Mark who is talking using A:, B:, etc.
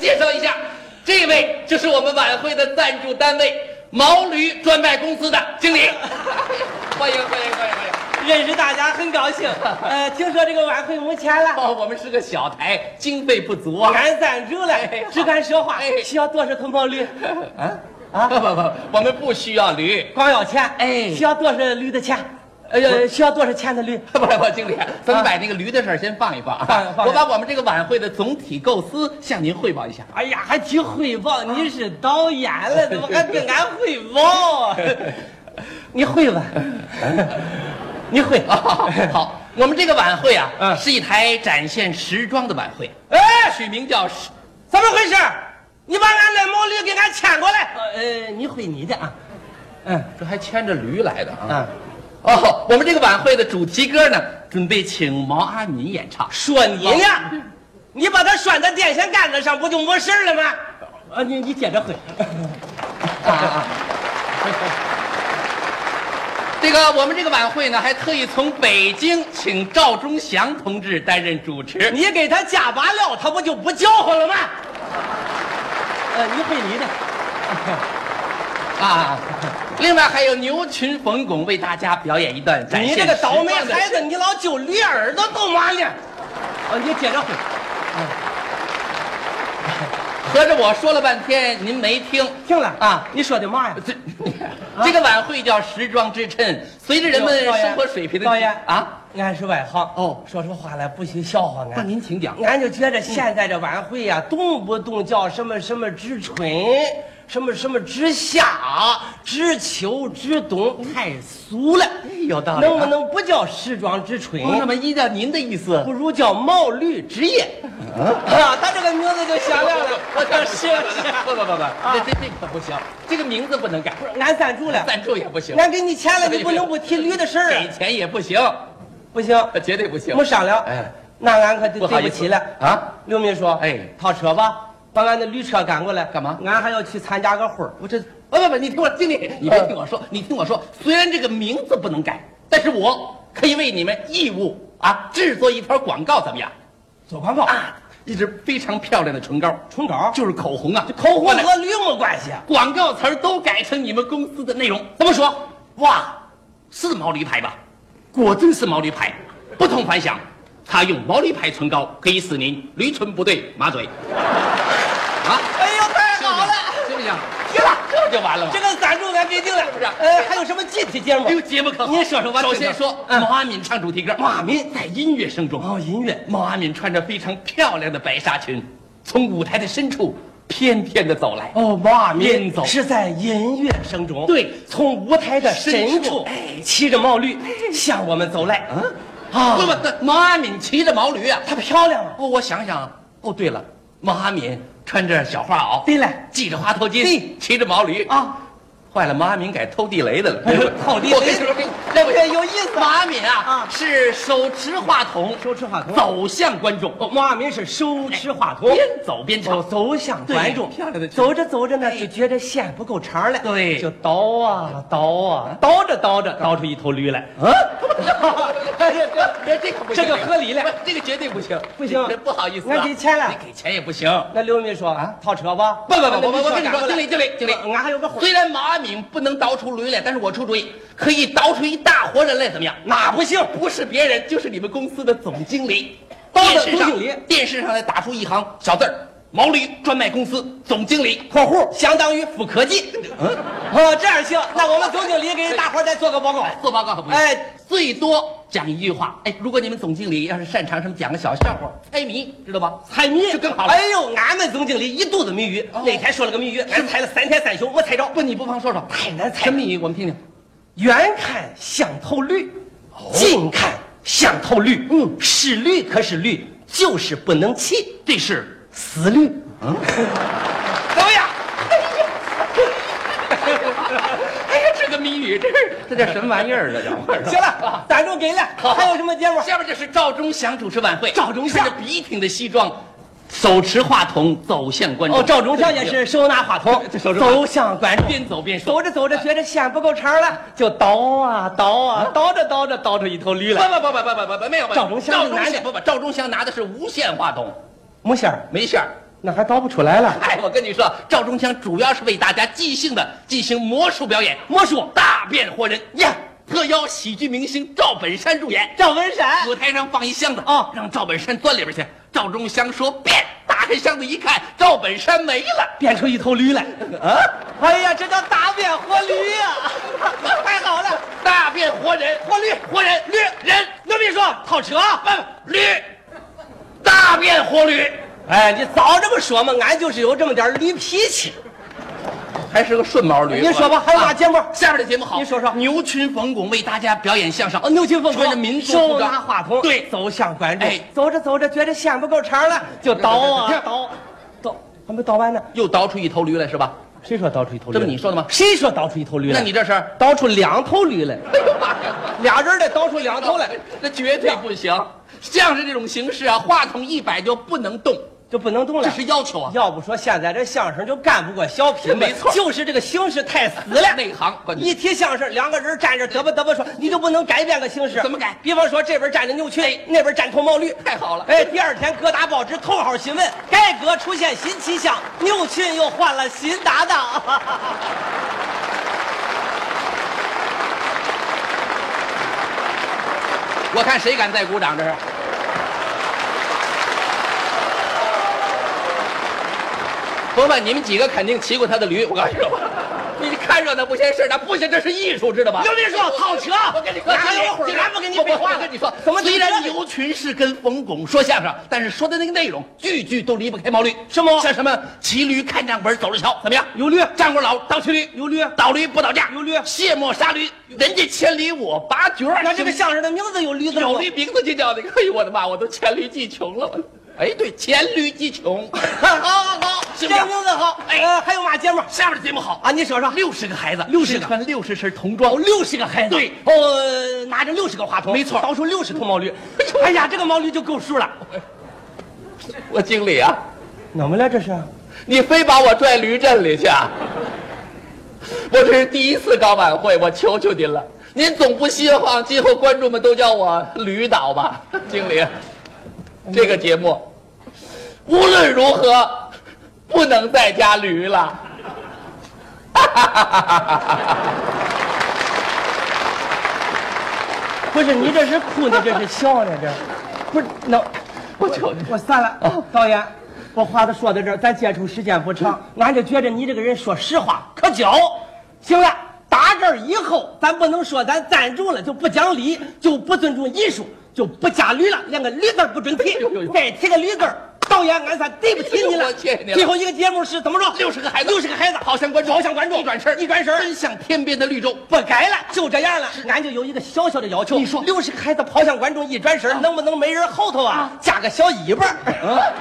A: 介绍一下，这位就是我们晚会的赞助单位毛驴专卖公司的经理， 欢迎欢迎欢迎欢迎。
B: 认识大家很高 兴。呃，听说这个晚会没钱了，
A: 哦，我们是个小台，经费不足啊。
B: 俺赞助了
A: 哎，
B: 只敢说话
A: 哎，
B: 需要多少头毛驴？
A: 啊啊！ 不不不，我们不需要驴。
B: 光要钱，
A: 哎
B: 需要多少驴的钱？哎呀，需要多少钱的驴？
A: 不不，经理，咱们把那个驴的事儿先放一啊放
B: 放一
A: 啊。
B: 放
A: 我把我们这个晚会的总体构思向您汇报一下。
B: 哎呀，还提汇报，你是导演 了，怎么还跟俺汇报啊？ 你会 吧？你会
A: 啊，好，我们这个晚会啊，
B: 嗯
A: 是一台展现时装的晚会，
B: 哎，
A: 取名叫时
B: 怎么回事？你把俺的毛驴给俺牵过来。呃，你会你的啊。嗯
A: 这还牵着驴来的啊。
B: 啊，
A: 哦，我们这个晚会的主题歌呢，准备请毛阿敏演唱。
B: 说你呢？你把它拴在电线杆子上，不就没事儿了吗？啊，你你接着会。
A: 啊啊！ 这个我们这个晚会呢，还特意从北京请赵忠祥同志担任主持。
B: 你给他加把料，他不就不叫唤了吗？呃，你会你的。
A: 啊，另外还有牛群冯巩为大家表演一段展
B: 你
A: 现
B: 这个倒霉
A: 时装的
B: 孩子，你老揪驴耳朵干嘛呢？哦，你接着会。
A: 合着我说了半天您没听。
B: 听了
A: 啊
B: 你说的嘛呀？
A: 这
B: 啊
A: 这个晚会叫时装之衬，随着人们
B: 导演
A: 生活水平的
B: 导演
A: 啊，，
B: 俺是外行
A: 哦
B: 说出话来不许笑话
A: 那
B: 俺。
A: 您请讲。
B: 俺就觉着现在这晚会呀、动不动叫什么什么之春，什么什么之夏，之秋之冬，太俗了。
A: 有道理啊嗯
B: 能不能不叫时装之春？
A: 那么依照您的意思
B: 不，如叫毛驴之夜。
A: 嗯
B: 啊，他这个名字就响亮了。是
A: 不
B: 是，
A: 不不不，这这这可不行，这个名字不能改，
B: 俺赞助了，
A: 赞助也不行，
B: 俺给你钱了，你不能不提驴的事儿啊
A: 给。钱也不行，
B: 不行，
A: 绝对不行。
B: 没商量。
A: 哎，
B: 那俺可
A: 不
B: 就
A: 好
B: 对
A: 意
B: 不
A: 思
B: 起了。
A: 啊！
B: 刘秘书，
A: 哎
B: 套车吧，把俺的驴车赶过来。
A: 干嘛
B: 俺还要去参加个婚儿。
A: 我这不不不，你听我经理，你别听我说，你听我说，虽然这个名字不能改，但是我可以为你们义务啊制作一条广告，怎么样？
B: 做广告，
A: 啊，一支非常漂亮的唇膏，
B: 唇膏，
A: 就是口红啊，
B: 口
A: 我
B: 红
A: 来
B: 和驴没关系。
A: 广告词儿都改成你们公司的内容，怎么说？哇，是毛驴牌吧？果真是毛驴牌，不同凡响。他用毛驴牌唇膏可以使您驴唇不对马 嘴。啊，
B: 哎呦，太好了，
A: 行不行？行了，这就完了吗
B: 这？个赞助俺给定了，
A: 是不是
B: 呃，还有什么具体节目
A: 哎哎？呦，节目可好
B: 您说说吧
A: 首先说
B: 嗯
A: 毛阿敏唱主题歌，毛阿敏在音乐声中，
B: 哦，音乐。
A: 毛阿敏穿着非常漂亮的白纱裙，从舞台的深处翩翩的走来。
B: 哦，毛阿
A: 边
B: 敏
A: 走
B: 是在音乐声中，
A: 对
B: 从舞台的
A: 深
B: 深
A: 处哎
B: 处，哎骑着毛驴向我们走来。啊，
A: 不不，不毛阿敏骑着毛驴啊，
B: 她漂亮啊！
A: 哦，我想想啊，哦，对了，毛阿敏穿着小花袄，
B: 对了
A: 系着花头巾，
B: 对
A: 骑着毛驴
B: 啊，哎
A: 坏了，毛阿敏改偷地雷的了，
B: 好厉
A: 哎我跟你说，哎
B: 这
A: 这
B: 不
A: 不
B: 也
A: 行。
B: 有意思
A: 毛
B: 吗？
A: 阿敏啊
B: 啊，
A: 是手持话筒，
B: 手持话筒
A: 走向观众，
B: 哦毛阿敏是手持话筒，
A: 边走边
B: 哦，
A: 唱。
B: 走向观众，
A: 对漂亮的裙子
B: 走着走着呢
A: 哎，
B: 就觉着线不够长了，
A: 对嗯
B: 就倒啊倒啊，倒着倒着倒出一头驴来。
A: 啊！哎呀，这这个不行，
B: 这个合理了
A: 不这个绝对不行，
B: 不行
A: 这不好意思啊，
B: 那给钱了
A: 你给钱也不行。
B: 那刘秘书啊，套车吧？
A: 不不不，我我跟你说，经理
B: 理
A: 经理经理，
B: 俺还有个活儿，
A: 虽然毛阿敏不能倒出驴来，但是我出主意，可以倒出一大活人来，怎么样？
B: 那不行，
A: 不是别人，就是你们公司的总经理。
B: 包的
A: 电视上
B: 总经理
A: 电视上来打出一行小字儿：毛驴专卖公司总经理。
B: 括弧相当于副科技。嗯，啊，这样行，那我们总经理给大伙儿再做个报告。
A: 做报告可不行，
B: 哎，
A: 最多讲一句话。哎，如果你们总经理要是擅长什么，讲个小笑话、猜谜，知道吧？
B: 猜谜
A: 就更好了
B: 哎呦，俺们总经理一肚子谜
A: 哦
B: 语，那天说了个谜语，俺猜了三天三宿没猜着。
A: 不，你不妨说 说，
B: 太难猜了
A: 什么谜语？我们听听。
B: 远看像头驴，近看像头驴。嗯，是驴可是驴，就是不能骑，
A: 这是
B: 死驴。
A: 怎么 样？哎呀，这个谜语，这是这叫什么玩意儿？这啊叫
B: 行了，赞助给了，
A: 好
B: 还有什么节目？
A: 下面就是赵忠祥主持晚会，
B: 赵忠祥
A: 穿着笔挺的西装，手持话筒走向观众。
B: 哦，赵忠祥也是手哎拿话筒
A: 这，手拿话筒
B: 走向观众。
A: 边走边说。
B: 走着走着，觉着线不够长了，就倒啊倒啊，倒着倒着倒出一头驴
A: 不
B: 来。
A: 不不不不不不不，没有没有。
B: 赵忠祥
A: 赵
B: 是
A: 忠
B: 男的
A: 祥不不，赵忠祥拿的是无线话筒，
B: 没线儿，
A: 没线儿
B: 那还倒不出来了。
A: 哎，我跟你说，赵忠祥主要是为大家即兴的进行魔术表演，魔术大变活人呀！特邀喜剧明星赵本山主演，
B: 赵文闪，
A: 舞台上放一箱子
B: 哎哦
A: 让赵本山钻里边去。赵忠祥说变，打开箱子一看，赵本山没了。
B: 变出一头驴来啊！哎呀，这叫打扁活驴啊呀、 太好了，
A: 大变活人，活驴，活人，驴人，
B: 那别说套车。
A: 不驴，大变活驴，
B: 哎，你早这么说嘛，俺就是有这么点儿驴脾气。
A: 还是个顺毛驴啊
B: 您说吧，还有哪节目？
A: 下边的节目好，
B: 您说说
A: 牛群冯巩为大家表演相声
B: 哦，，牛群凤
A: 穿着民族服
B: 手
A: 装
B: 拿话筒，
A: 对
B: 走向观众。
A: 哎
B: 走着走着，觉得线不够长了，就倒啊
A: 倒
B: 倒，倒，还没倒完呢。
A: 又倒出一头驴来是吧？
B: 谁说倒出一头驴？
A: 这不你说的吗？
B: 谁说倒出一头驴来？哎
A: 那你这是？ 哎
B: 倒出两头驴来，
A: 呦妈呀！
B: 俩人得倒出两头来，
A: 这绝对不行。相声这种形式啊，话筒一摆就不能动，
B: 就不能动
A: 这
B: 了。
A: 是要求啊。
B: 要不说现在这相声就干不过小品吧，
A: 没错
B: 就是这个形式太死了。
A: 内行，关键
B: 一提相声，两个人站着嘚吧嘚吧说，你就不能改变个形式？
A: 怎么改哎
B: 比方说这边站着牛群，那边站头毛驴，
A: 太好了。
B: 哎，第二天各大报纸头号新闻，改革出现新气象，牛群又换了新搭 档。
A: 我看谁敢再鼓掌，这是。伯伯，你们几个肯定骑过他的驴，我告诉你 吧。你看热闹不嫌事儿大，不行，这是艺术，知道吧？
B: 刘秘书套车
A: 我跟你说，
B: 哪有会儿
A: 咱
B: 咱
A: 不
B: 不
A: 跟
B: 跟
A: 你
B: 你
A: 废
B: 废
A: 话
B: 话
A: 我
B: 了
A: 跟你说，
B: 怎么
A: 虽然
B: 怎么
A: 牛群是跟冯巩说相声，但是说的那个内容，句句都离不开毛驴。
B: 什么
A: 像什么骑驴看账本，走着瞧，怎么样？
B: 有驴
A: 站过老当骑驴，
B: 有驴
A: 倒驴不倒架，
B: 有驴
A: 卸磨杀驴，人家千里我拔角儿。
B: 那这个相声的名字有驴字吗
A: 有的名字就叫那个，哎呦我的妈，我都黔驴技穷了，我。哎，对，黔驴技穷。
B: 好好好，
A: 是
B: 这
A: 不是
B: 个名字好。
A: 哎
B: 呃，还有嘛节目
A: 下面的节目好，
B: 啊？你说说。
A: 六十个孩子，
B: 60个
A: 身穿六十身童装，
B: 哦，六十个孩子，
A: 对
B: 哦，拿着六十个话筒，
A: 没错
B: 倒出六十头 毛驴。哎呀，这个毛驴就够数了。
A: 我经理啊，
B: 怎么了这是？
A: 你非把我拽驴阵里去啊？我这是第一次搞晚会，我求求您了，您总不希望今后观众们都叫我驴导吧？经理，这个节目无论如何不能再加驴了。
B: 不是你这是哭呢，这是笑呢，这不是那哦
A: 我求你，
B: 我散了，导演。我话都说到这儿，咱接触时间不长，俺就觉着你这个人说实话可交。行了，打这儿以后，咱不能说咱赞助了就不讲理，就不尊重艺术，就不加驴了，连个驴字儿不准提
A: 哎呦呦呦。
B: 再提个驴字儿，导演俺算对不起你
A: 我
B: 了。
A: 谢谢你了
B: 最后一个节目是怎么着？
A: 60个孩子
B: 六十个孩子，
A: 跑向观众，
B: 跑向观众，
A: 一转身，
B: 一转身儿，
A: 奔向天边的绿洲。
B: 不改了，就这样了。俺就有一个小小的要求，
A: 你说
B: 啊 六十个孩子跑向观众，一转身，能不能没人后头啊，加个小尾巴儿？